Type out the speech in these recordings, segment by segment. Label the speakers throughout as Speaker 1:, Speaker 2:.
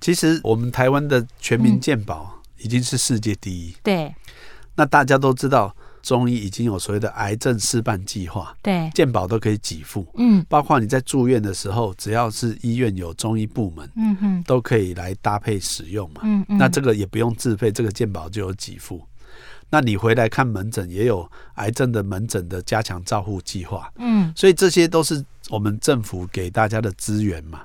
Speaker 1: 其实我们台湾的全民健保已经是世界第一，
Speaker 2: 对
Speaker 1: 那大家都知道中医已经有所谓的癌症示范计划，
Speaker 2: 对，
Speaker 1: 健保都可以给付，
Speaker 2: 嗯
Speaker 1: 包括你在住院的时候，只要是医院有中医部门，
Speaker 2: 嗯哼，
Speaker 1: 都可以来搭配使用嘛。
Speaker 2: 嗯嗯，
Speaker 1: 那这个也不用自费，这个健保就有给付。那你回来看门诊也有癌症的门诊的加强照护计划，
Speaker 2: 嗯
Speaker 1: 所以这些都是我们政府给大家的资源嘛。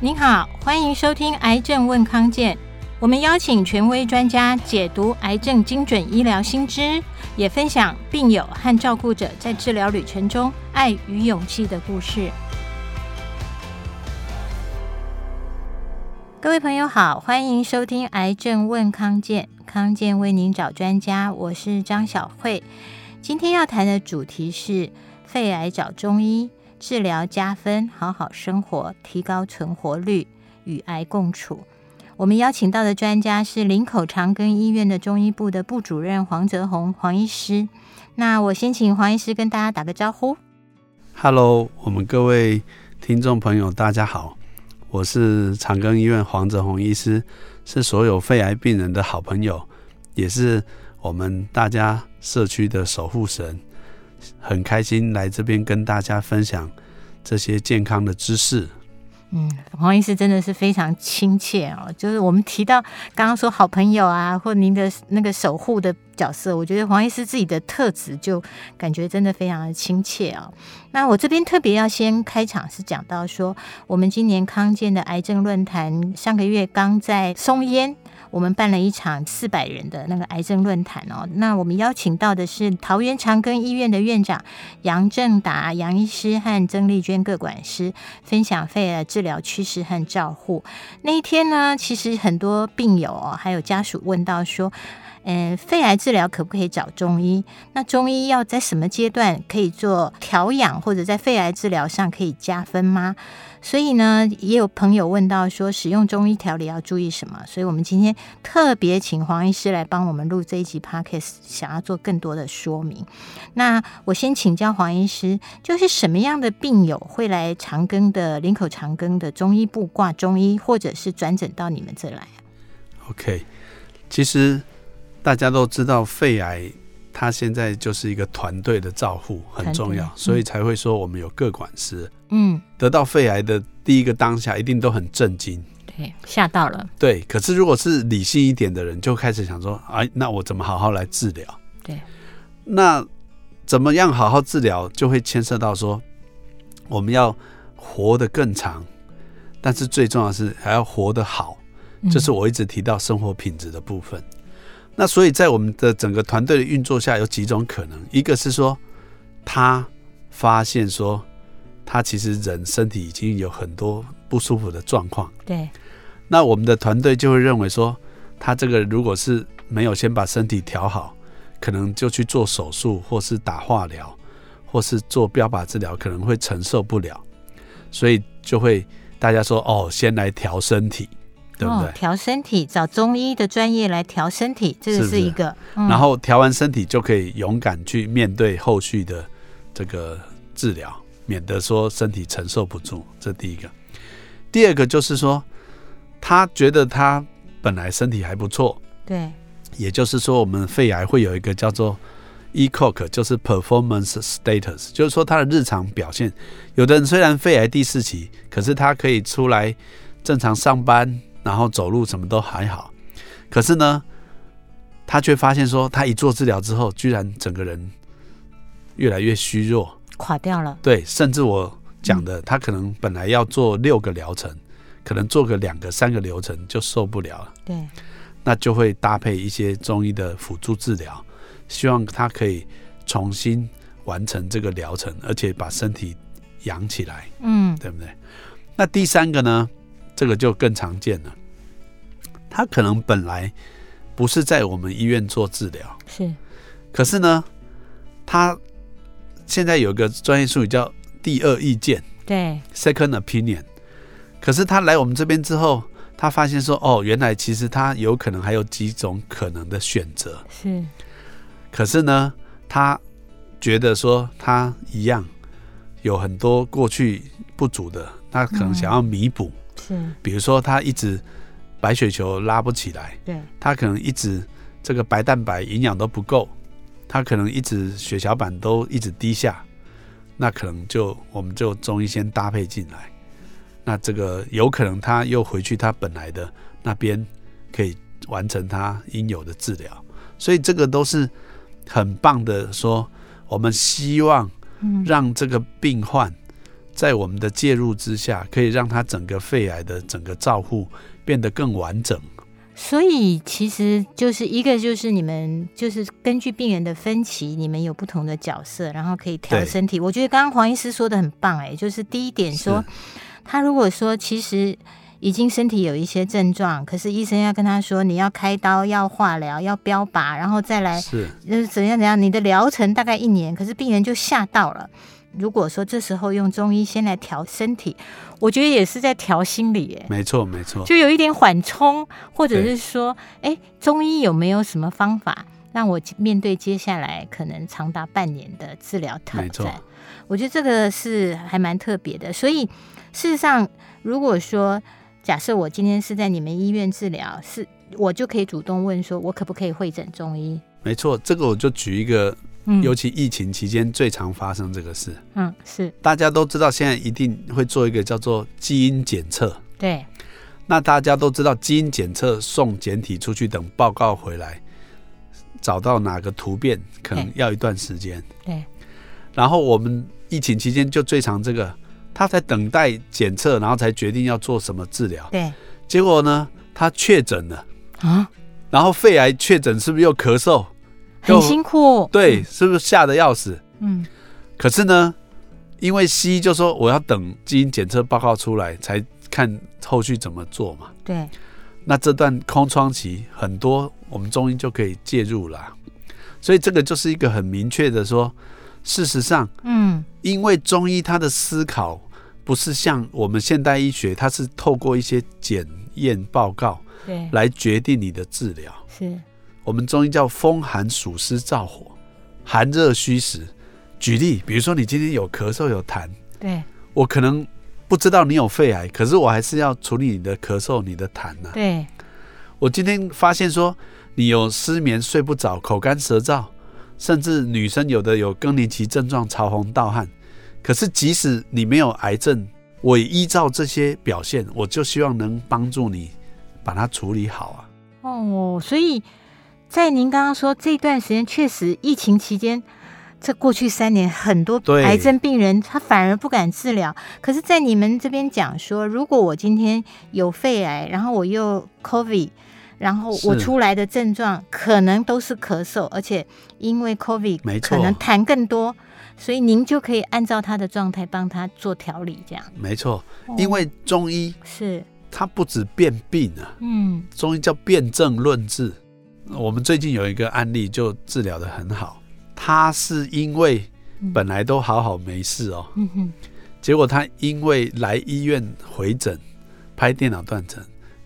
Speaker 2: 您好，欢迎收听《癌症问康健》，我们邀请权威专家解读癌症精准医疗新知，也分享病友和照顾者在治疗旅程中爱与勇气的故事。各位朋友好，欢迎收听《癌症问康健》，康健为您找专家，我是张晓慧。今天要谈的主题是肺癌找中医，治疗加分，好好生活，提高存活率，与癌共处。我们邀请到的专家是林口长庚医院的中医部的部主任黄泽宏黄医师。那我先请黄医师跟大家打个招呼。
Speaker 1: Hello，我们各位听众朋友，大家好，我是长庚医院黄泽宏医师，是所有肺癌病人的好朋友，也是我们大家社区的守护神。很开心来这边跟大家分享这些健康的知识。
Speaker 2: 嗯，黄医师真的是非常亲切哦。就是我们提到刚刚说好朋友啊，或您的那个守护的角色，我觉得黄医师自己的特质就感觉真的非常的亲切哦。那我这边特别要先开场是讲到说，我们今年康健的癌症论坛上个月刚在松烟。我们办了一场四百人的那个癌症论坛哦，那我们邀请到的是桃园长庚医院的院长杨正达杨医师和曾丽娟各管师，分享肺癌治疗趋势和照护。那一天呢，其实很多病友哦，还有家属问到说，嗯，肺癌治疗可不可以找中医？那中医要在什么阶段可以做调养，或者在肺癌治疗上可以加分吗？所以呢，也有朋友问到说，使用中医调理要注意什么？所以我们今天特别请黄医师来帮我们录这一集 podcast，想要做更多的说明。那我先请教黄医师，就是什么样的病友会来长庚的林口长庚的中医部挂中医，或者是转诊到你们这来啊？
Speaker 1: OK，其实大家都知道肺癌，它现在就是一个团队的照护很重要
Speaker 2: 团队，嗯
Speaker 1: 所以才会说我们有各管师。
Speaker 2: 嗯，
Speaker 1: 得到肺癌的第一个当下，一定都很震惊。
Speaker 2: 对，吓到了，
Speaker 1: 对，可是如果是理性一点的人，就开始想说，哎，那我怎么好好来治疗？
Speaker 2: 对，
Speaker 1: 那怎么样好好治疗，就会牵涉到说，我们要活得更长，但是最重要的是还要活得好。
Speaker 2: 嗯
Speaker 1: 这是我一直提到生活品质的部分。那所以在我们的整个团队的运作下，有几种可能，一个是说他发现说他其实人身体已经有很多不舒服的状况，
Speaker 2: 对，
Speaker 1: 那我们的团队就会认为说他这个如果是没有先把身体调好，可能就去做手术或是打化疗，或是做标靶治疗，可能会承受不了，所以就会大家说哦，先来调身体，对不对？
Speaker 2: 哦，调身体，找中医的专业来调身体，这个
Speaker 1: 是不
Speaker 2: 是
Speaker 1: 是
Speaker 2: 一个，嗯
Speaker 1: 然后调完身体就可以勇敢去面对后续的这个治疗，免得说身体承受不住。这第一个。第二个就是说，他觉得他本来身体还不错，
Speaker 2: 对，
Speaker 1: 也就是说，我们肺癌会有一个叫做 E ECOG，就是 Performance Status，就是说他的日常表现。有的人虽然肺癌第四期，可是他可以出来正常上班，然后走路什么都还好。可是呢，他却发现说，他一做治疗之后，居然整个人越来越虚弱。
Speaker 2: 垮掉了，
Speaker 1: 对，甚至我讲的，他可能本来要做六个疗程，可能做个两个、三个流程就受不了了。
Speaker 2: 对，
Speaker 1: 那就会搭配一些中医的辅助治疗，希望他可以重新完成这个疗程，而且把身体养起来，
Speaker 2: 嗯，
Speaker 1: 对不对？那第三个呢，这个就更常见了，他可能本来不是在我们医院做治疗，
Speaker 2: 是，
Speaker 1: 可是呢，他现在有个专业术语叫第二意见。
Speaker 2: 对，
Speaker 1: second opinion。可是他来我们这边之后，他发现说，哦，原来其实他有可能还有几种可能的选择。
Speaker 2: 是，
Speaker 1: 可是呢，他觉得说他一样有很多过去不足的，他可能想要弥补，
Speaker 2: 是，
Speaker 1: 比如说他一直白血球拉不起来，
Speaker 2: 对，
Speaker 1: 他可能一直这个白蛋白营养都不够，他可能一直血小板都一直低下，那可能就我们就中医先搭配进来，那这个有可能他又回去他本来的那边可以完成他应有的治疗，所以这个都是很棒的说，我们希望
Speaker 2: 嗯，
Speaker 1: 让这个病患在我们的介入之下，可以让他整个肺癌的整个照护变得更完整。
Speaker 2: 所以其实就是一个就是你们就是根据病人的分歧，你们有不同的角色，然后可以调
Speaker 1: 对
Speaker 2: 身体。我觉得刚刚黄医师说的很棒、哎，就是第一点说，他如果说其实。已经身体有一些症状，可是医生要跟他说，你要开刀、要化疗、要标靶，然后再来
Speaker 1: 是
Speaker 2: 就是怎样怎样，你的疗程大概一年，可是病人就吓到了。如果说这时候用中医先来调身体，我觉得也是在调心理耶，
Speaker 1: 没错，没错。
Speaker 2: 就有一点缓冲，或者是
Speaker 1: 哦对
Speaker 2: 说，哎，中医有没有什么方法让我面对接下来可能长达半年的治疗挑
Speaker 1: 没错
Speaker 2: 战？我觉得这个是还蛮特别的。所以事实上，如果说假设我今天是在你们医院治疗，是我就可以主动问说，我可不可以会诊中医？
Speaker 1: 没错，这个我就举一个，
Speaker 2: 嗯
Speaker 1: 尤其疫情期间最常发生这个事。
Speaker 2: 嗯，是
Speaker 1: 大家都知道，现在一定会做一个叫做基因检测。
Speaker 2: 对，
Speaker 1: 那大家都知道，基因检测送检体出去，等报告回来，找到哪个突变，可能
Speaker 2: 对
Speaker 1: 要一段时间。
Speaker 2: 对。
Speaker 1: 然后我们疫情期间就最常这个，他在等待检测，然后才决定要做什么治疗。
Speaker 2: 对
Speaker 1: 结果呢，他确诊了，
Speaker 2: 啊，
Speaker 1: 然后肺癌确诊是不是又咳嗽？
Speaker 2: 很
Speaker 1: 就
Speaker 2: 辛苦。
Speaker 1: 对，，是不是吓得要死？
Speaker 2: 嗯，
Speaker 1: 可是呢，因为西医就说我要等基因检测报告出来才看后续怎么做嘛。
Speaker 2: 对，
Speaker 1: 那这段空窗期，很多我们中医就可以介入啦。所以这个就是一个很明确的说，事实上，
Speaker 2: 嗯，
Speaker 1: 因为中医它的思考不是像我们现代医学，它是透过一些检验报告
Speaker 2: 对，
Speaker 1: 来决定你的治疗。
Speaker 2: 是，
Speaker 1: 我们中医叫风寒暑湿燥火，寒热虚实。举例，比如说你今天有咳嗽有痰，
Speaker 2: 对，
Speaker 1: 我可能不知道你有肺癌，可是我还是要处理你的咳嗽、你的痰呐、
Speaker 2: 对，
Speaker 1: 我今天发现说你有失眠、睡不着、口干舌燥，甚至女生有的有更年期症状、潮红盗汗。可是即使你没有癌症，我也依照这些表现，我就希望能帮助你把它处理好啊。
Speaker 2: 哦，所以在您刚刚说这段时间，确实疫情期间。这过去三年，很多
Speaker 1: 对
Speaker 2: 癌症病人他反而不敢治疗。可是，在你们这边讲说，如果我今天有肺癌，然后我又 COVID，然后我
Speaker 1: 是
Speaker 2: 出来的症状可能都是咳嗽，而且因为 COVID
Speaker 1: 没
Speaker 2: 可
Speaker 1: 错
Speaker 2: 能痰更多，所以您就可以按照他的状态帮他做调理，这样。
Speaker 1: 没错，因为中医
Speaker 2: 是，
Speaker 1: 它不止辨病啊，
Speaker 2: 嗯，
Speaker 1: 中医叫辨证论治。我们最近有一个案例就治疗的很好，他是因为本来都好好没事哦，
Speaker 2: 嗯哼，
Speaker 1: 结果他因为来医院回诊，拍电脑断层，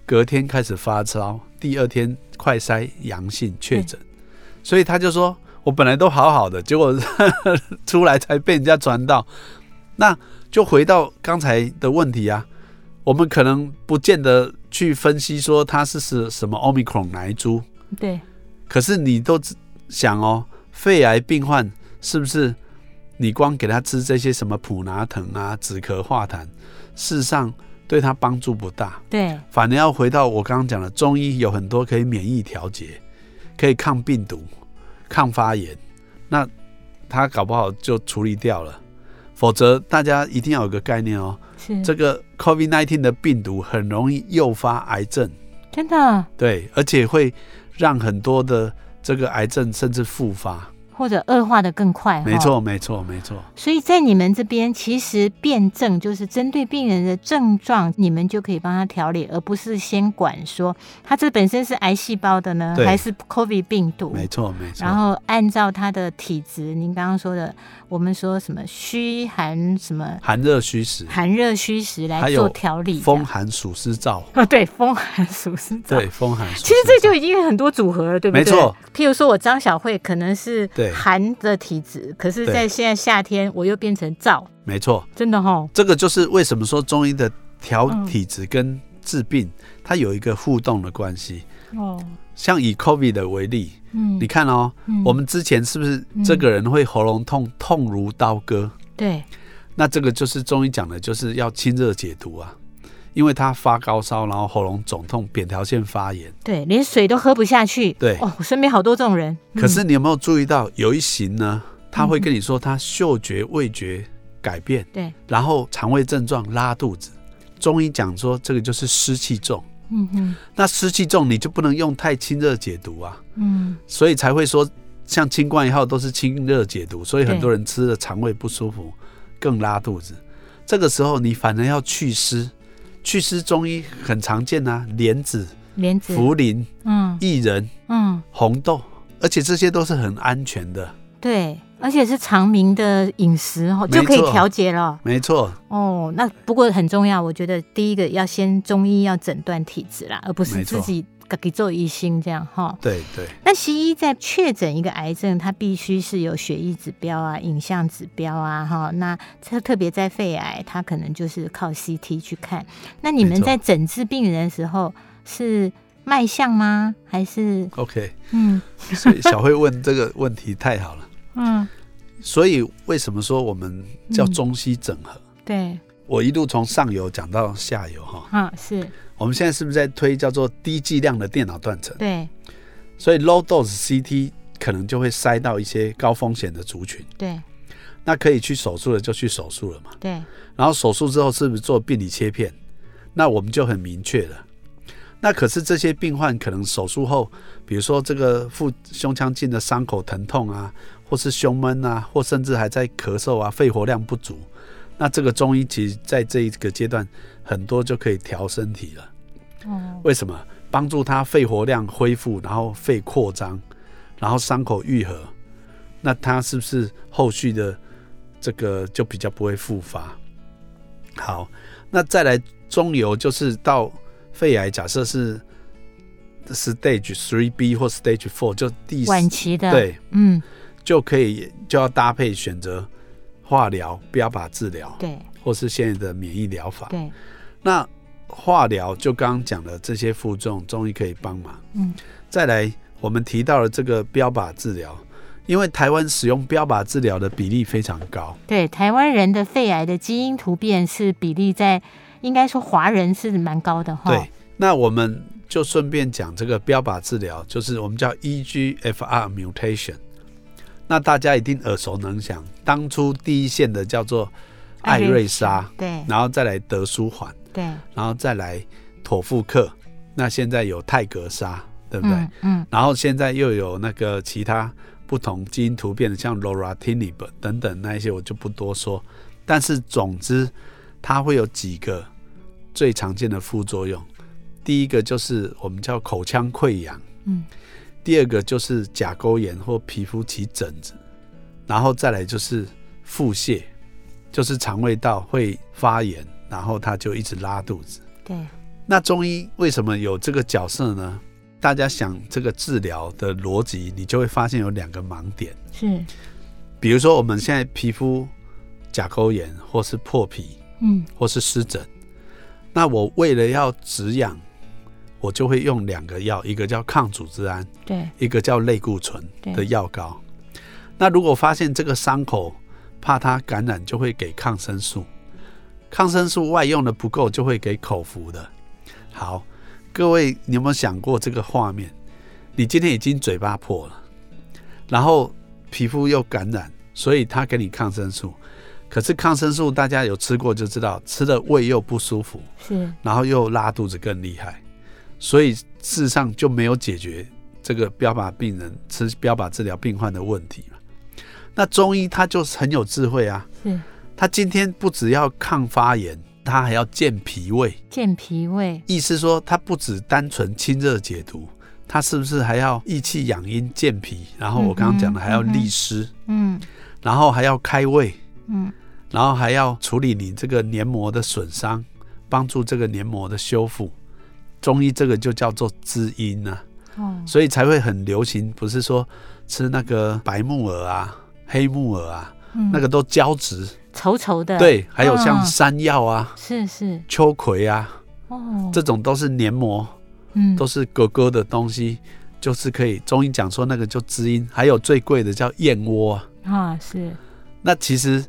Speaker 1: 隔天开始发烧，第二天快筛阳性确诊，所以他就说我本来都好好的，结果 出来才被人家传到，那就回到刚才的问题啊，我们可能不见得去分析说它是是什么 omicron 哪一株，
Speaker 2: 对，
Speaker 1: 可是你都只想哦，肺癌病患是不是你光给他吃这些什么普拿疼啊、止咳化痰，事实上对他帮助不大，
Speaker 2: 对，
Speaker 1: 反而要回到我刚刚讲的，中医有很多可以免疫调节，可以抗病毒、抗发炎，那他搞不好就处理掉了。否则，大家一定要有个概念哦，
Speaker 2: 是，
Speaker 1: 这个 COVID-19 的病毒很容易诱发癌症。
Speaker 2: 真的，
Speaker 1: 对，而且会让很多的这个癌症甚至复发。
Speaker 2: 或者恶化的更快，
Speaker 1: 没
Speaker 2: 哈。
Speaker 1: 错，没错，没错，
Speaker 2: 所以在你们这边，其实辩证就是针对病人的症状，你们就可以帮他调理，而不是先管说他这本身是癌细胞的呢，
Speaker 1: 对
Speaker 2: 还是 COVID 病毒。
Speaker 1: 没错，没错。
Speaker 2: 然后按照他的体质，您刚刚说的，我们说什么虚寒什么
Speaker 1: 寒热虚实，
Speaker 2: 寒啊热虚实来
Speaker 1: 还有
Speaker 2: 做调理，
Speaker 1: 风寒暑湿燥火。
Speaker 2: 啊，对，风寒暑湿燥
Speaker 1: 对，风寒暑湿燥。
Speaker 2: 其实这就已经有很多组合了，对不对？
Speaker 1: 没错。
Speaker 2: 譬如说，我张小慧可能是
Speaker 1: 对对，
Speaker 2: 寒的体质，可是，
Speaker 1: 对
Speaker 2: 在现在夏天我又变成燥，
Speaker 1: 没错，
Speaker 2: 真的哦哈。
Speaker 1: 这个就是为什么说中医的调
Speaker 2: 嗯
Speaker 1: 体质跟治病，它有一个互动的关系。
Speaker 2: 哦，
Speaker 1: 像以 COVID 的为例，
Speaker 2: 嗯
Speaker 1: 你看哦，
Speaker 2: 嗯
Speaker 1: 我们之前是不是这个人会喉咙痛，痛如刀割？
Speaker 2: 对，
Speaker 1: 那这个就是中医讲的，就是要清热解毒啊，因为他发高烧，然后喉咙肿痛，扁桃腺发炎。
Speaker 2: 对，连水都喝不下去。
Speaker 1: 对
Speaker 2: 哦，我身边好多这种人。
Speaker 1: 可是你有没有注意到，有一型呢，他会跟你说他嗅觉、味觉改变，
Speaker 2: 嗯对，
Speaker 1: 然后肠胃症状拉肚子。中医讲说这个就是湿气重，
Speaker 2: 嗯嗯
Speaker 1: 那湿气重你就不能用太清热解毒啊，
Speaker 2: 嗯，
Speaker 1: 所以才会说像清冠一号都是清热解毒，所以很
Speaker 2: 对
Speaker 1: 多人吃了肠胃不舒服，更拉肚子。这个时候你反而要祛湿，祛湿中医很常见啊，莲子、
Speaker 2: 莲子，
Speaker 1: 茯苓、
Speaker 2: 嗯
Speaker 1: 薏仁、
Speaker 2: 嗯，
Speaker 1: 红豆，而且这些都是很安全的。
Speaker 2: 对，而且是常民的饮食哦，
Speaker 1: 没
Speaker 2: 就可以
Speaker 1: 错
Speaker 2: 调节了。
Speaker 1: 没错，
Speaker 2: 哦，那不过很重要，我觉得第一个要先中医要诊断体质啦，而不是
Speaker 1: 没错
Speaker 2: 自己给做医心这样哈。
Speaker 1: 对对，
Speaker 2: 那西医在确诊一个癌症，它必须是有血液指标啊、影像指标啊，哈。那特特别在肺癌，它可能就是靠 CT 去看。那你
Speaker 1: 没
Speaker 2: 们
Speaker 1: 错
Speaker 2: 在诊治病人的时候是卖相吗？还是
Speaker 1: OK。
Speaker 2: 嗯
Speaker 1: 所以小慧问这个问题太好了。
Speaker 2: 嗯
Speaker 1: 所以为什么说我们叫
Speaker 2: 嗯
Speaker 1: 中西整合？
Speaker 2: 对
Speaker 1: 我一路从上游讲到下游哈，
Speaker 2: 啊是
Speaker 1: 我们现在是不是在推叫做低剂量的电脑断层？
Speaker 2: 对
Speaker 1: 所以 low dose CT 可能就会塞到一些高风险的族群，
Speaker 2: 对
Speaker 1: 那可以去手术的就去手术了嘛。
Speaker 2: 对
Speaker 1: 然后手术之后是不是做病理切片？那我们就很明确了。那可是这些病患可能手术后，比如说这个腹胸腔镜的伤口疼痛啊，或是胸闷啊，或甚至还在咳嗽啊，肺活量不足。那这个中医其实在这一个阶段，很多就可以调身体了。
Speaker 2: 哦
Speaker 1: 为什么？帮助他肺活量恢复，然后肺扩张，然后伤口愈合，那他是不是后续的这个就比较不会复发？好，那再来中游就是到肺癌，假设是 stage three B 或 stage four，就第四
Speaker 2: 晚期的
Speaker 1: 对，
Speaker 2: 嗯
Speaker 1: 就可以就要搭配选择化疗、标靶治疗，
Speaker 2: 对
Speaker 1: 或是现在的免疫疗法。
Speaker 2: 对
Speaker 1: 那化疗就刚刚讲的这些副作用，中医可以帮忙。
Speaker 2: 嗯
Speaker 1: 再来，我们提到了这个标靶治疗，因为台湾使用标靶治疗的比例非常高，
Speaker 2: 对，台湾人的肺癌的基因突变是比例在应该说华人是蛮高的哈。
Speaker 1: 对，那我们就顺便讲这个标靶治疗，就是我们叫 E EGFR mutation。那大家一定耳熟能详，当初第一线的叫做艾瑞莎，
Speaker 2: 对
Speaker 1: 然后再来德舒缓，
Speaker 2: 对
Speaker 1: 然后再来妥复克，那现在有泰格莎，对不对？
Speaker 2: 嗯嗯
Speaker 1: 然后现在又有那个其他不同基因突变的，像 loratinib 等等那一些，我就不多说。但是总之，它会有几个最常见的副作用。第一个就是我们叫口腔溃疡，
Speaker 2: 嗯，
Speaker 1: 第二个就是甲沟炎或皮肤起疹子，然后再来就是腹泻，就是肠胃道会发炎，然后它就一直拉肚子。
Speaker 2: 对
Speaker 1: 那中医为什么有这个角色呢？大家想这个治疗的逻辑，你就会发现有两个盲点。
Speaker 2: 是
Speaker 1: 比如说，我们现在皮肤甲沟炎，或是破皮，
Speaker 2: 嗯
Speaker 1: 或是湿疹，那我为了要止痒，我就会用两个药，一个叫抗组织胺，
Speaker 2: 对
Speaker 1: 一个叫类固醇
Speaker 2: 对
Speaker 1: 的药膏。那如果发现这个伤口怕它感染，就会给抗生素。抗生素外用的不够，就会给口服的。好，各位，你有没有想过这个画面？你今天已经嘴巴破了，然后皮肤又感染，所以他给你抗生素。可是抗生素大家有吃过就知道，吃了胃又不舒服，
Speaker 2: 是
Speaker 1: 然后又拉肚子更厉害，所以事实上就没有解决这个标靶病人吃标靶治疗病患的问题嘛。那中医他就是很有智慧啊，
Speaker 2: 是
Speaker 1: 他今天不只要抗发炎，他还要健脾胃，
Speaker 2: 健脾胃
Speaker 1: 意思说他不只单纯清热解毒，他是不是还要益气养阴健脾？然后我刚刚讲的还要利湿，
Speaker 2: 嗯
Speaker 1: 然后还要开胃，
Speaker 2: 嗯
Speaker 1: 然后还要处理你这个黏膜的损伤，帮助这个黏膜的修复。中医这个就叫做滋阴啊，
Speaker 2: 哦
Speaker 1: 所以才会很流行，不是说吃那个白木耳啊、黑木耳啊，
Speaker 2: 嗯
Speaker 1: 那个都胶质。
Speaker 2: 稠稠的，，
Speaker 1: 对，还有像
Speaker 2: 嗯
Speaker 1: 山药啊、
Speaker 2: 是是
Speaker 1: 秋葵啊，
Speaker 2: 哦，
Speaker 1: 这种都是黏膜，
Speaker 2: 嗯
Speaker 1: 都是格格的东西，就是可以。中医讲说那个就滋阴，还有最贵的叫燕窝啊。
Speaker 2: 啊是
Speaker 1: 那其实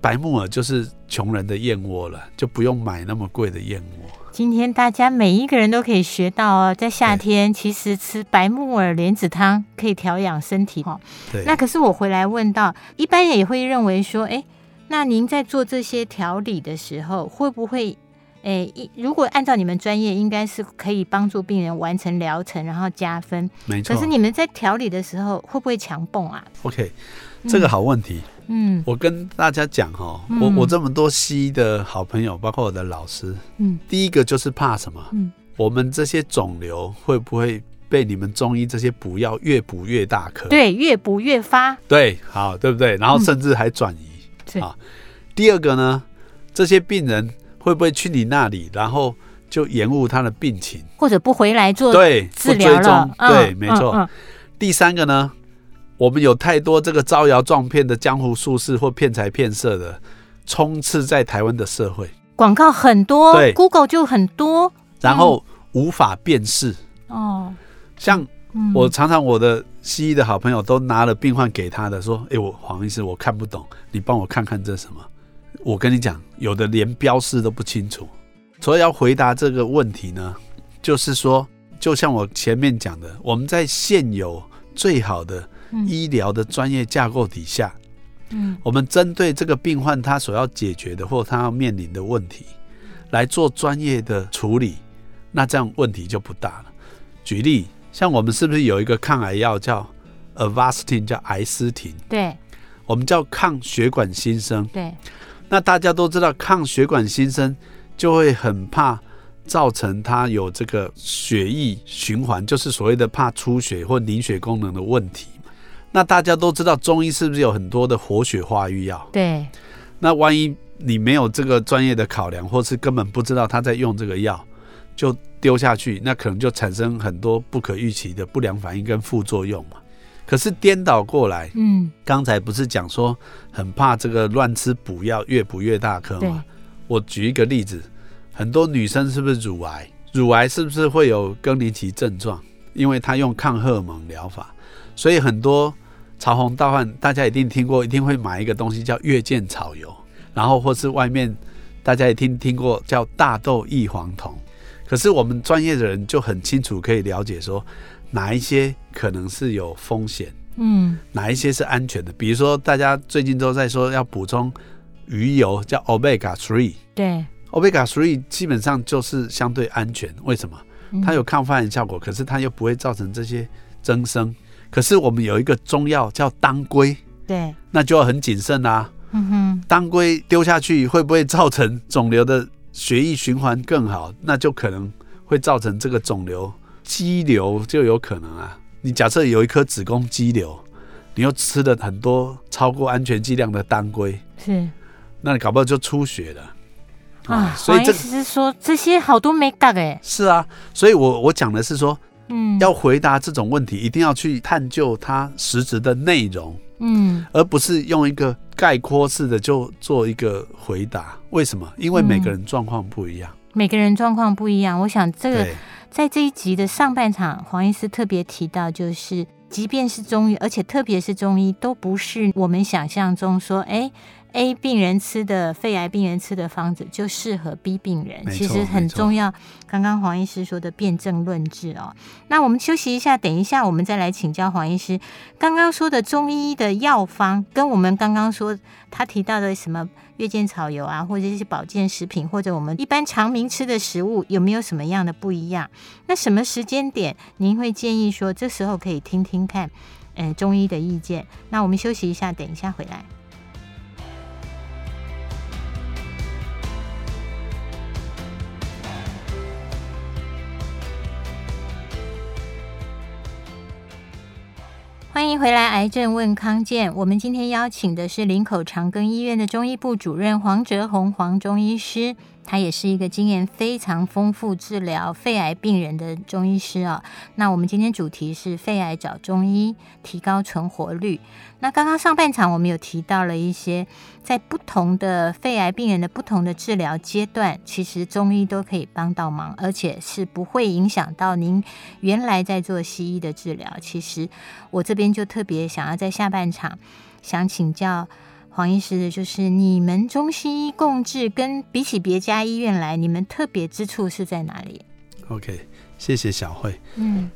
Speaker 1: 白木耳就是穷人的燕窝了，就不用买那么贵的燕窝。
Speaker 2: 今天大家每一个人都可以学到哦，在夏天其实吃白木耳莲子汤可以调养身体哈、哦。
Speaker 1: 对，
Speaker 2: 那可是我回来问到，一般人也会认为说，哎，那您在做这些调理的时候，会不会，哎，一如果按照你们专业，应该是可以帮助病人完成疗程，然后加分。
Speaker 1: 没错
Speaker 2: 可。是你们在调理的时候，会不会强蹦啊？
Speaker 1: OK，这个好问题。
Speaker 2: 嗯
Speaker 1: 我跟大家讲哈、哦，我
Speaker 2: 嗯
Speaker 1: 我这么多西医的好朋友，包括我的老师，
Speaker 2: 嗯
Speaker 1: 第一个就是怕什么？
Speaker 2: 嗯，
Speaker 1: 我们这些肿瘤会不会被你们中医这些补药越补越大颗？
Speaker 2: 对，越补越发，
Speaker 1: 对好，对不对？然后甚至还转移。
Speaker 2: 嗯对
Speaker 1: 啊第二个呢，这些病人会不会去你那里，然后就延误他的病情？
Speaker 2: 或者不回来做
Speaker 1: 对，
Speaker 2: 治
Speaker 1: 不
Speaker 2: 疗
Speaker 1: 追
Speaker 2: 了
Speaker 1: 踪。，
Speaker 2: 嗯
Speaker 1: 对，没错。
Speaker 2: 嗯
Speaker 1: 第三个呢，我们有太多这个招摇撞骗的江湖术士或骗财骗色的，充斥在台湾的社会，
Speaker 2: 广告很多
Speaker 1: 对
Speaker 2: ，Google 就很多
Speaker 1: 然后无法辨识。
Speaker 2: 哦。
Speaker 1: 像
Speaker 2: 嗯
Speaker 1: 我常常我的西医的好朋友都拿了病患给他的，说：“哎，我黄医师我看不懂，你帮我看看这什么？”我跟你讲，有的连标示都不清楚。所以要回答这个问题呢，就是说，就像我前面讲的，我们在现有最好的
Speaker 2: 嗯
Speaker 1: 医疗的专业架构底下，
Speaker 2: 嗯
Speaker 1: 我们针对这个病患他所要解决的或他要面临的问题，来做专业的处理，那这样问题就不大了。举例，像我们是不是有一个抗癌药叫 Avastin，叫癌斯汀，
Speaker 2: 对
Speaker 1: 我们叫抗血管新生。
Speaker 2: 对，
Speaker 1: 那大家都知道，抗血管新生就会很怕造成他有这个血液循环，就是所谓的怕出血或凝血功能的问题嘛。那大家都知道，中医是不是有很多的活血化瘀药？
Speaker 2: 对，
Speaker 1: 那万一你没有这个专业的考量，或是根本不知道他在用这个药，就丢下去，那可能就产生很多不可预期的不良反应跟副作用嘛。可是颠倒过来，
Speaker 2: 嗯，
Speaker 1: 刚才不是讲说很怕这个乱吃补药越补越大颗
Speaker 2: 对
Speaker 1: 吗？我举一个例子，很多女生是不是乳癌？乳癌是不是会有更年期症状？因为她用抗荷尔蒙疗法，所以很多潮红大患大家一定听过，一定会买一个东西叫月见草油，然后或是外面大家一定听过叫大豆异黄酮。可是我们专业的人就很清楚可以了解说，哪一些可能是有风险。
Speaker 2: 嗯
Speaker 1: 哪一些是安全的？比如说，大家最近都在说要补充鱼油，叫 omega three。
Speaker 2: 对，
Speaker 1: omega three 基本上就是相对安全，为什么？
Speaker 2: 嗯
Speaker 1: 它有抗发炎效果，可是它又不会造成这些增生。可是我们有一个中药叫当归，
Speaker 2: 对，
Speaker 1: 那就要很谨慎啦、啊
Speaker 2: 嗯哼，
Speaker 1: 当归丢下去会不会造成肿瘤的血液循环更好？那就可能会造成这个肿瘤肌瘤就有可能啊。你假设有一颗子宫肌瘤，你又吃了很多超过安全剂量的当归，
Speaker 2: 是
Speaker 1: 那你搞不好就出血了
Speaker 2: 啊，
Speaker 1: 所以
Speaker 2: 黄医
Speaker 1: 这
Speaker 2: 师是说这些好多没干哎，
Speaker 1: 是啊，所以我我讲的是说，
Speaker 2: 嗯，
Speaker 1: 要回答这种问题，一定要去探究它实质的内容，
Speaker 2: 嗯
Speaker 1: 而不是用一个概括式的就做一个回答。为什么？因为每个人状况不一样。
Speaker 2: 每个人状况不一样，我想这个
Speaker 1: 对。
Speaker 2: 在这一集的上半场，黄医师特别提到，就是即便是中医，而且特别是中医，都不是我们想象中说，哎。A 病人吃的肺癌病人吃的方子就适合 B 病人，
Speaker 1: 没错
Speaker 2: 其实很
Speaker 1: 没错
Speaker 2: 重要。刚刚黄医师说的辩证论治哦，那我们休息一下，等一下我们再来请教黄医师。刚刚说的中医的药方，跟我们刚刚说他提到的什么月见草油啊，或者是保健食品，或者我们一般常民吃的食物，有没有什么样的不一样？那什么时间点您会建议说这时候可以听听看，呃，中医的意见？那我们休息一下，等一下回来。欢欢迎回来，《癌症问康健》。我们今天邀请的是林口长庚医院的中医部主任黄哲宏黄中医师，他也是一个经验非常丰富治疗肺癌病人的中医师啊、那我们今天主题是肺癌找中医，提高存活率。那刚刚上半场我们有提到了一些在不同的肺癌病人的不同的治疗阶段，其实中医都可以帮到忙，而且是不会影响到您原来在做西医的治疗。其实我这边就特别想要在下半场想请教黄医师的，就是你们中西医共治跟比起别家医院来，你们特别之处是在哪里？
Speaker 1: OK，谢谢小慧。
Speaker 2: 嗯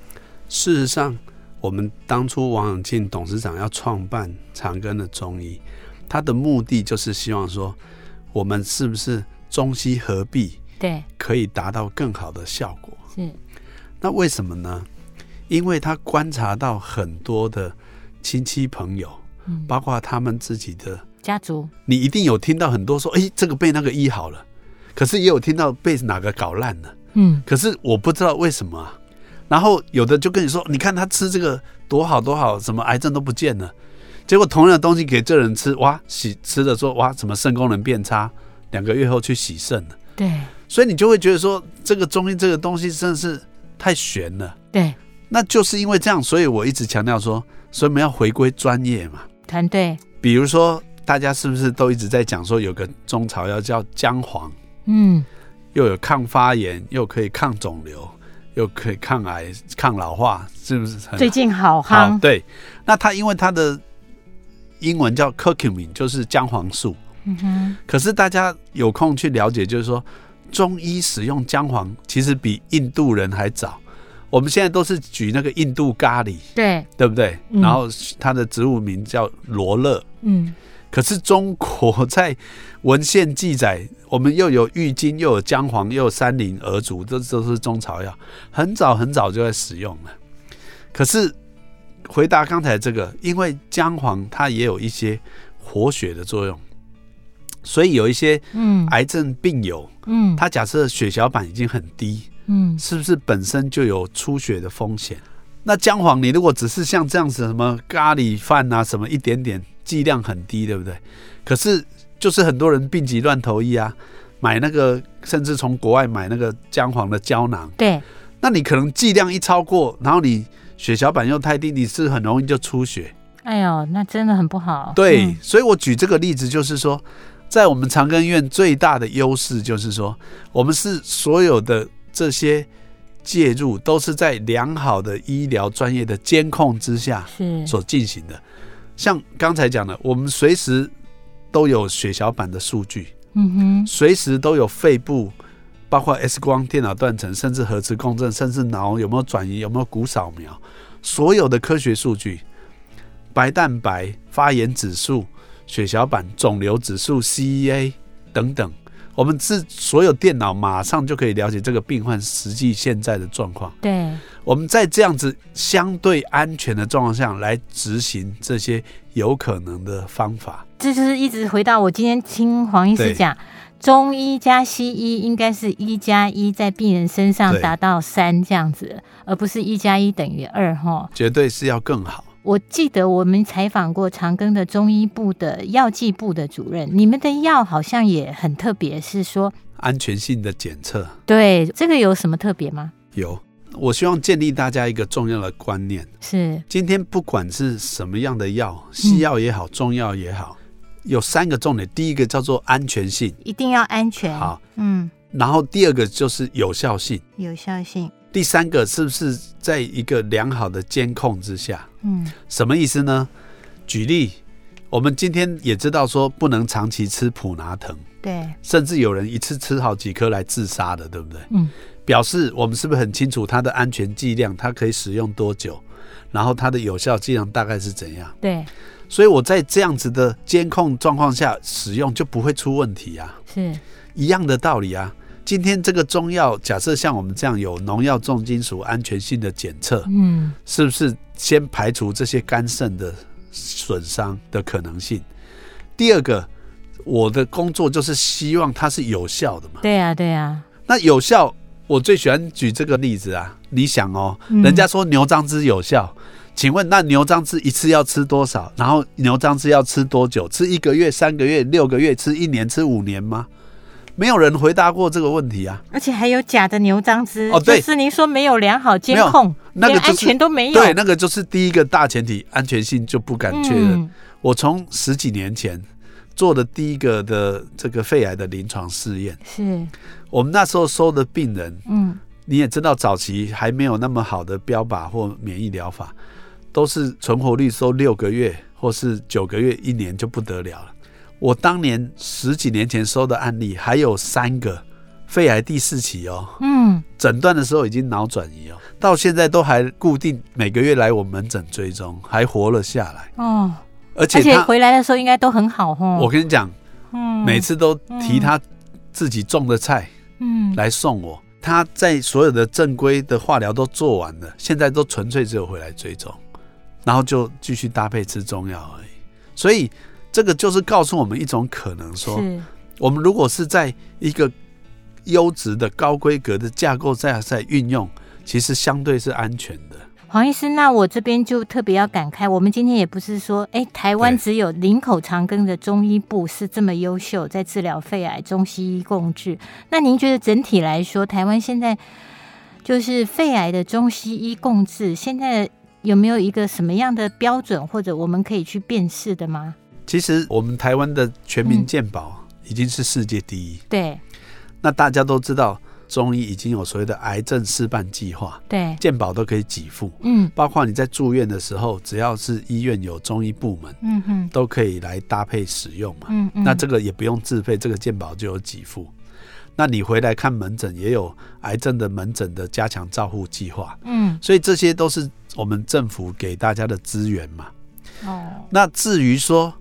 Speaker 1: 事实上，我们当初王永庆董事长要创办长庚的中医，他的目的就是希望说，我们是不是中西合璧，
Speaker 2: 对，
Speaker 1: 可以达到更好的效果？
Speaker 2: 是，
Speaker 1: 那为什么呢？因为他观察到很多的亲戚朋友，
Speaker 2: 嗯，
Speaker 1: 包括他们自己的，
Speaker 2: 家族，
Speaker 1: 你一定有听到很多说，诶，这个被那个医好了，可是也有听到被哪个搞烂了。
Speaker 2: 嗯
Speaker 1: 可是我不知道为什么啊、然后有的就跟你说，你看他吃这个多好多好，什么癌症都不见了。结果同样的东西给这人吃，哇，洗吃了说哇，什么肾功能变差，两个月后去洗肾了。
Speaker 2: 对
Speaker 1: 所以你就会觉得说，这个中医这个东西真的是太悬了。
Speaker 2: 对，
Speaker 1: 那就是因为这样，所以我一直强调说，所以我们要回归专业嘛。
Speaker 2: 团队，
Speaker 1: 比如说，大家是不是都一直在讲说，有个中草药叫姜黄？
Speaker 2: 嗯
Speaker 1: 又有抗发炎，又可以抗肿瘤，又可以抗癌、抗老化，是不是很
Speaker 2: 最近好
Speaker 1: 好？
Speaker 2: 夯，
Speaker 1: 对，那它因为它的英文叫 curcumin，就是姜黄素。
Speaker 2: 嗯哼，
Speaker 1: 可是大家有空去了解，就是说中医使用姜黄其实比印度人还早。我们现在都是举那个印度咖喱，
Speaker 2: 对，
Speaker 1: 对不对？
Speaker 2: 嗯
Speaker 1: 然后它的植物名叫罗勒。
Speaker 2: 嗯
Speaker 1: 可是中国在文献记载，我们又有郁金，又有姜黄，又有山林鹅竹，这这都是中草药，很早很早就在使用了。可是回答刚才这个，因为姜黄它也有一些活血的作用，所以有一些
Speaker 2: 嗯
Speaker 1: 癌症病友，
Speaker 2: 嗯
Speaker 1: 他假设血小板已经很低，
Speaker 2: 嗯
Speaker 1: 是不是本身就有出血的风险？那姜黄，你如果只是像这样子什么咖喱饭啊，什么一点点，剂量很低，对不对？可是就是很多人病急乱投医啊，买那个甚至从国外买那个姜黄的胶囊，
Speaker 2: 对，
Speaker 1: 那你可能剂量一超过，然后你血小板又太低，你是很容易就出血。
Speaker 2: 哎呦，那真的很不好，
Speaker 1: 对，
Speaker 2: 嗯
Speaker 1: 所以我举这个例子就是说，在我们长庚医院最大的优势就是说，我们是所有的这些介入都是在良好的医疗专业的监控之下
Speaker 2: 是，
Speaker 1: 所进行的。像刚才讲的，我们随时都有血小板的数据，
Speaker 2: 嗯哼，
Speaker 1: 随时都有肺部。包括 X 光、电脑断层，甚至核磁共振，甚至脑有没有转移，有没有骨扫描，所有的科学数据，白蛋白、发炎指数、血小板、肿瘤指数、CEA 等等，我们是所有电脑马上就可以了解这个病患实际现在的状况。
Speaker 2: 对，
Speaker 1: 我们在这样子相对安全的状况下来执行这些有可能的方法。
Speaker 2: 这就是一直回到我今天听黄医师
Speaker 1: 对
Speaker 2: 讲，中医加西医应该是一加一在病人身上
Speaker 1: 对
Speaker 2: 达到三这样子，而不是一加一等于二哈。
Speaker 1: 绝对是要更好，
Speaker 2: 我记得我们采访过长庚的中医部的药剂部的主任，你们的药好像也很特别，是说
Speaker 1: 安全性的检测
Speaker 2: 对这个有什么特别吗？
Speaker 1: 有。我希望建立大家一个重要的观念：
Speaker 2: 是，
Speaker 1: 今天不管是什么样的药，西药也好，中药也好，有三个重点。第一个叫做安全性，
Speaker 2: 一定要安全，
Speaker 1: 好，
Speaker 2: 嗯，
Speaker 1: 然后第二个就是有效性，
Speaker 2: 有效性，
Speaker 1: 第三个是不是在一个良好的监控之下？
Speaker 2: 嗯，
Speaker 1: 什么意思呢？举例，我们今天也知道说不能长期吃普拿疼，
Speaker 2: 对，
Speaker 1: 甚至有人一次吃好几颗来自杀的，对不对？
Speaker 2: 嗯，
Speaker 1: 表示我们是不是很清楚它的安全剂量，它可以使用多久，然后它的有效剂量大概是怎样？
Speaker 2: 对，
Speaker 1: 所以我在这样子的监控状况下使用就不会出问题啊。
Speaker 2: 是，
Speaker 1: 一样的道理啊。今天这个中药，假设像我们这样有农药、重金属安全性的检测，
Speaker 2: 嗯，
Speaker 1: 是不是先排除这些肝肾的损伤的可能性？第二个，我的工作就是希望它是有效的嘛。
Speaker 2: 对呀、对呀、
Speaker 1: 那有啊效，我最喜欢举这个例子啊。你想哦，
Speaker 2: 嗯
Speaker 1: 人家说牛樟芝有效，请问那牛樟芝一次要吃多少？然后牛樟芝要吃多久？吃一个月、三个月、六个月？吃一年？吃五年吗？没有人回答过这个问题啊！
Speaker 2: 而且还有假的牛樟芝，
Speaker 1: 哦对
Speaker 2: 就是您说没有良好监
Speaker 1: 没有
Speaker 2: 控，
Speaker 1: 那个
Speaker 2: 连
Speaker 1: 就是
Speaker 2: 安全都没有，
Speaker 1: 对，那个就是第一个大前提，安全性就不敢确认。
Speaker 2: 嗯
Speaker 1: 我从十几年前做的第一个的这个肺癌的临床试验，
Speaker 2: 是，
Speaker 1: 我们那时候收的病人，
Speaker 2: 嗯，
Speaker 1: 你也知道，早期还没有那么好的标靶或免疫疗法，都是存活率收六个月或是九个月、一年就不得了了。我当年十几年前收的案例，还有三个肺癌第四期哦，
Speaker 2: 嗯，
Speaker 1: 诊断的时候已经脑转移哦，到现在都还固定每个月来我门诊追踪，还活了下来，
Speaker 2: 哦，
Speaker 1: 而且
Speaker 2: 而且
Speaker 1: 他，
Speaker 2: 回来的时候应该都很好哦。
Speaker 1: 我跟你讲，
Speaker 2: 嗯
Speaker 1: 每次都提他自己种的菜。
Speaker 2: 嗯
Speaker 1: 来送我。他在所有的正规的化疗都做完了，现在都纯粹只有回来追踪，然后就继续搭配吃中药而已。所以这个就是告诉我们一种可能说，
Speaker 2: 是
Speaker 1: 我们如果是在一个优质的高规格的架构下在运用，其实相对是安全的。
Speaker 2: 黄医师，那我这边就特别要感慨，我们今天也不是说，哎、台湾
Speaker 1: 对
Speaker 2: 只有林口长庚的中医部是这么优秀，在治疗肺癌中西医共治。那您觉得整体来说，台湾现在就是肺癌的中西医共治，现在有没有一个什么样的标准，或者我们可以去辨识的吗？
Speaker 1: 其实我们台湾的全民
Speaker 2: 嗯
Speaker 1: 健保已经是世界第一，
Speaker 2: 对
Speaker 1: 那大家都知道中医已经有所谓的癌症示范计划，
Speaker 2: 对，
Speaker 1: 健保都可以给付。
Speaker 2: 嗯
Speaker 1: 包括你在住院的时候，只要是医院有中医部门，
Speaker 2: 嗯哼
Speaker 1: 都可以来搭配使用嘛。
Speaker 2: 嗯嗯，
Speaker 1: 那这个也不用自费，这个健保就有给付。那你回来看门诊，也有癌症的门诊的加强照护计划，
Speaker 2: 嗯
Speaker 1: 所以这些都是我们政府给大家的资源嘛。
Speaker 2: 哦
Speaker 1: 那至于说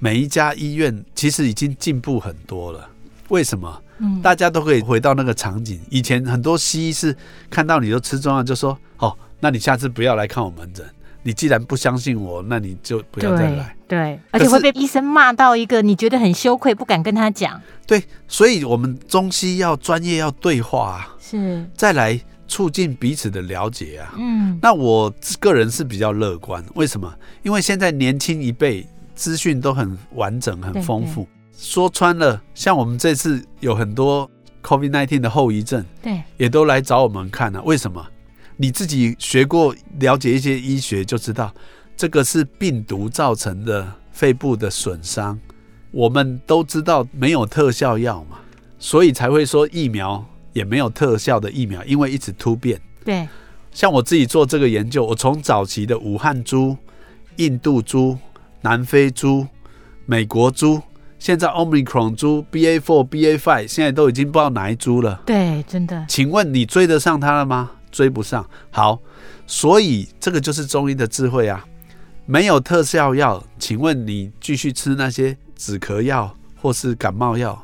Speaker 1: 每一家医院，其实已经进步很多了。为什么？
Speaker 2: 嗯
Speaker 1: 大家都可以回到那个场景。以前很多西医是看到你都吃中药，就说：“哦，那你下次不要来看我门诊。你既然不相信我，那你就不要再
Speaker 2: 对
Speaker 1: 来。
Speaker 2: 对，而
Speaker 1: 可
Speaker 2: 且会
Speaker 1: 是
Speaker 2: 被医生骂到一个你觉得很羞愧，不敢跟他讲。”
Speaker 1: 对，所以我们中西要专业要对话啊，
Speaker 2: 是，
Speaker 1: 再来促进彼此的了解啊。
Speaker 2: 嗯
Speaker 1: 那我个人是比较乐观，为什么？因为现在年轻一辈资讯都很完整、很
Speaker 2: 对
Speaker 1: 丰富。说穿了，像我们这次有很多 COVID-19 的后遗症，
Speaker 2: 对，
Speaker 1: 也都来找我们看啊了、为什么？你自己学过、了解一些医学就知道，这个是病毒造成的肺部的损伤。我们都知道没有特效药嘛，所以才会说疫苗也没有特效的疫苗，因为一直突变。
Speaker 2: 对，
Speaker 1: 像我自己做这个研究，我从早期的武汉猪、印度猪、南非猪、美国猪，现在 Omicron 猪、BA4、BA5，现在都已经不知道哪一猪了。
Speaker 2: 对，真的，
Speaker 1: 请问你追得上他了吗？追不上。好，所以这个就是中医的智慧啊。没有特效药，请问你继续吃那些止咳药或是感冒药，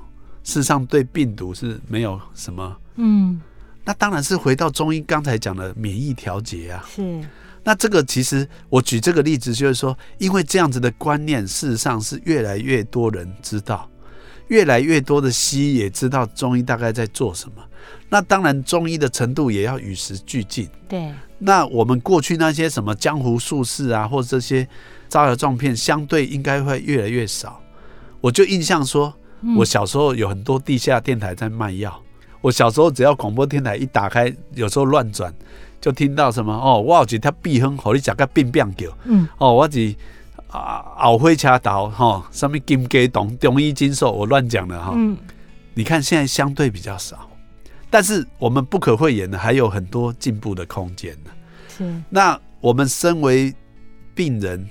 Speaker 1: 事实上对病毒是没有什么。
Speaker 2: 嗯，
Speaker 1: 那当然是回到中医刚才讲的免疫调节啊。
Speaker 2: 是，
Speaker 1: 那这个其实我举这个例子就是说，因为这样子的观念，事实上是越来越多人知道，越来越多的西医也知道中医大概在做什么。那当然，中医的程度也要与时俱进。
Speaker 2: 对，
Speaker 1: 那我们过去那些什么江湖术士啊，或者这些招摇撞骗，相对应该会越来越少。我就印象说，
Speaker 2: 嗯
Speaker 1: 我小时候有很多地下电台在卖药，我小时候只要广播电台一打开，有时候乱转，就听到什么哦，我有一条避风，互你食个变变叫，
Speaker 2: 嗯，
Speaker 1: 哦，我是啊后悔车头吼、哦，什么金鸡同中医金兽，我乱讲了哈、
Speaker 2: 嗯，
Speaker 1: 你看现在相对比较少，但是我们不可讳言的还有很多进步的空间呢。
Speaker 2: 是，
Speaker 1: 那我们身为病人，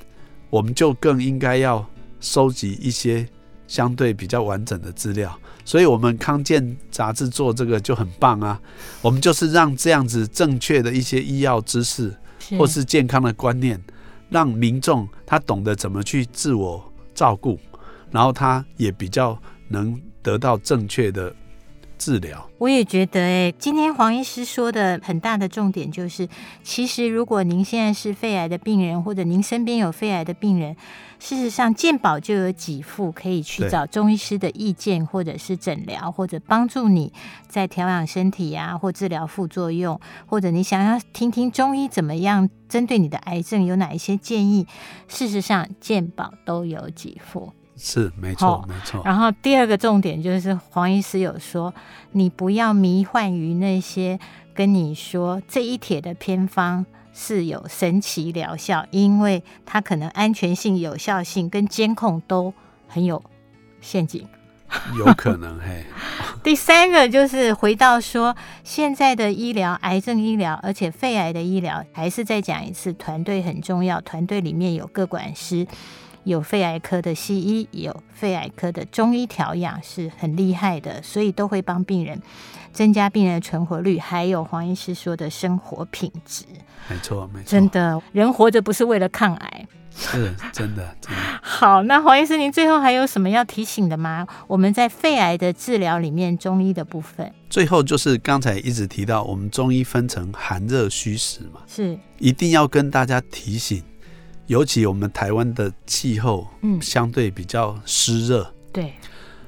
Speaker 1: 我们就更应该要收集一些相对比较完整的资料。所以，我们康健杂志做这个就很棒啊！我们就是让这样子正确的一些医药知识
Speaker 2: 是，
Speaker 1: 或是健康的观念，让民众他懂得怎么去自我照顾，然后他也比较能得到正确的治疗。
Speaker 2: 我也觉得、欸，哎，今天黄医师说的很大的重点就是，其实如果您现在是肺癌的病人，或者您身边有肺癌的病人，事实上健保就有几副可以去
Speaker 1: 对
Speaker 2: 找中医师的意见，或者是诊疗，或者帮助你在调养身体啊，或治疗副作用，或者你想要听听中医怎么样针对你的癌症有哪一些建议，事实上健保都有几副。
Speaker 1: 是，没
Speaker 2: 好
Speaker 1: 错，没错。
Speaker 2: 然后第二个重点就是黄医师有说，你不要迷幻于那些跟你说这一帖的偏方是有神奇疗效，因为它可能安全性、有效性跟监控都很有陷阱。
Speaker 1: 有可能，嘿，
Speaker 2: 第三个就是回到说，现在的医疗，癌症医疗，而且肺癌的医疗，还是再讲一次，团队很重要。团队里面有各管师，有肺癌科的西医，有肺癌科的中医调养，是很厉害的，所以都会帮病人增加病人的存活率，还有黄医师说的生活品质。
Speaker 1: 没错，没错，
Speaker 2: 真的，人活着不是为了抗癌。
Speaker 1: 是真的，真的。
Speaker 2: 好，那黄医师，您最后还有什么要提醒的吗？我们在肺癌的治疗里面，中医的部分
Speaker 1: 最后就是刚才一直提到，我们中医分成寒热虚实嘛，
Speaker 2: 是。
Speaker 1: 一定要跟大家提醒，尤其我们台湾的气候
Speaker 2: 嗯
Speaker 1: 相对比较湿热，
Speaker 2: 对，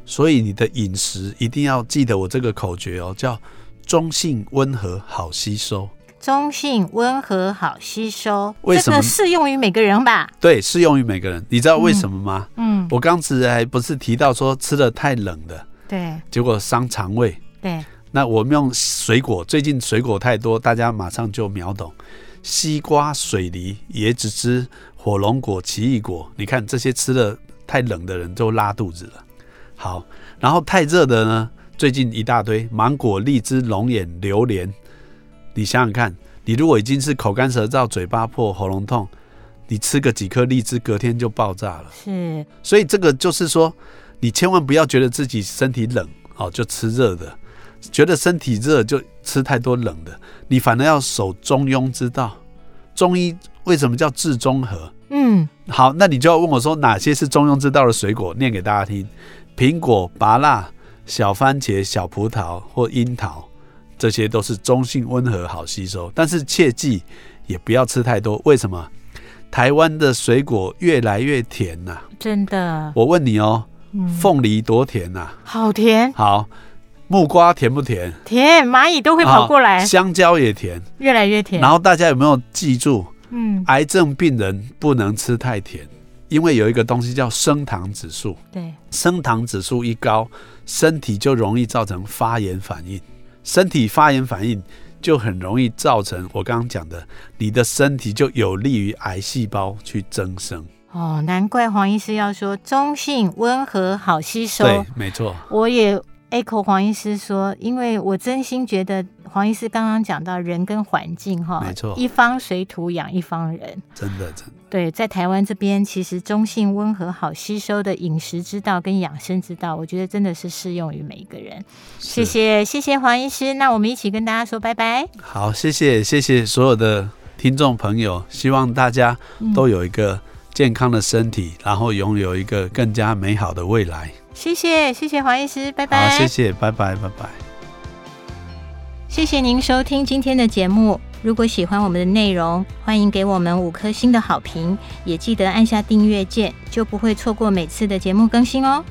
Speaker 1: 所以你的饮食一定要记得我这个口诀哦，叫中性温和好吸收。
Speaker 2: 中性、温和、好吸收，
Speaker 1: 为什么
Speaker 2: 这个适用于每个人吧？
Speaker 1: 对，适用于每个人。你知道为什么吗？
Speaker 2: 嗯，
Speaker 1: 我刚才还不是提到说吃的太冷的，
Speaker 2: 对
Speaker 1: 结果伤肠胃。
Speaker 2: 对，
Speaker 1: 那我们用水果，最近水果太多，大家马上就秒懂。西瓜、水梨、椰子汁、火龙果、奇异果，你看这些吃的太冷的人都拉肚子了。好，然后太热的呢，最近一大堆芒果、荔枝、龙眼、榴莲。你想想看，你如果已经是口干舌燥、嘴巴破、喉咙痛，你吃个几颗荔枝，隔天就爆炸了。
Speaker 2: 是，
Speaker 1: 所以这个就是说，你千万不要觉得自己身体冷哦就吃热的，觉得身体热就吃太多冷的，你反而要守中庸之道。中医为什么叫治中和？
Speaker 2: 嗯，
Speaker 1: 好，那你就要问我说哪些是中庸之道的水果？念给大家听：苹果、芭乐、小番茄、小葡萄或樱桃，这些都是中性温和好吸收。但是切记也不要吃太多，为什么？台湾的水果越来越甜呐、
Speaker 2: 真的，
Speaker 1: 我问你哦，
Speaker 2: 嗯
Speaker 1: 凤梨多甜呐、
Speaker 2: 好甜，
Speaker 1: 好，木瓜甜不甜？
Speaker 2: 甜，蚂蚁
Speaker 1: 啊
Speaker 2: 都会跑过来
Speaker 1: 好，香蕉也甜。
Speaker 2: 越来越甜
Speaker 1: 然。后大家有没有记住，
Speaker 2: 嗯，
Speaker 1: 癌症病人不能吃太甜，因为有一个东西叫升糖指数，
Speaker 2: 对，
Speaker 1: 升糖指数一高，身体就容易造成发炎反应，身体发炎反应。就很容易造成我刚刚讲的，你的身体就有利于癌细胞去增生。
Speaker 2: 哦，难怪黄医师要说中性、温和、好吸收。
Speaker 1: 对，没错，
Speaker 2: 我也 echo 黄医师说，因为我真心觉得黄医师刚刚讲到人跟环境哈，
Speaker 1: 没错
Speaker 2: 一方水土养一方人。
Speaker 1: 真的真的
Speaker 2: 对，在台湾这边，其实中性、温和、好吸收的饮食之道跟养生之道，我觉得真的是适用于每一个人。谢
Speaker 1: 是
Speaker 2: 谢，谢谢黄医师。那我们一起跟大家说拜拜。
Speaker 1: 好，谢谢谢谢所有的听众朋友，希望大家
Speaker 2: 嗯
Speaker 1: 都有一个健康的身体，然后拥有一个更加美好的未来。
Speaker 2: 谢谢，谢谢黄医师，拜拜。
Speaker 1: 好，谢谢，拜拜，拜拜。
Speaker 2: 谢谢您收听今天的节目。如果喜欢我们的内容，欢迎给我们五颗星的好评，也记得按下订阅键，就不会错过每次的节目更新哦。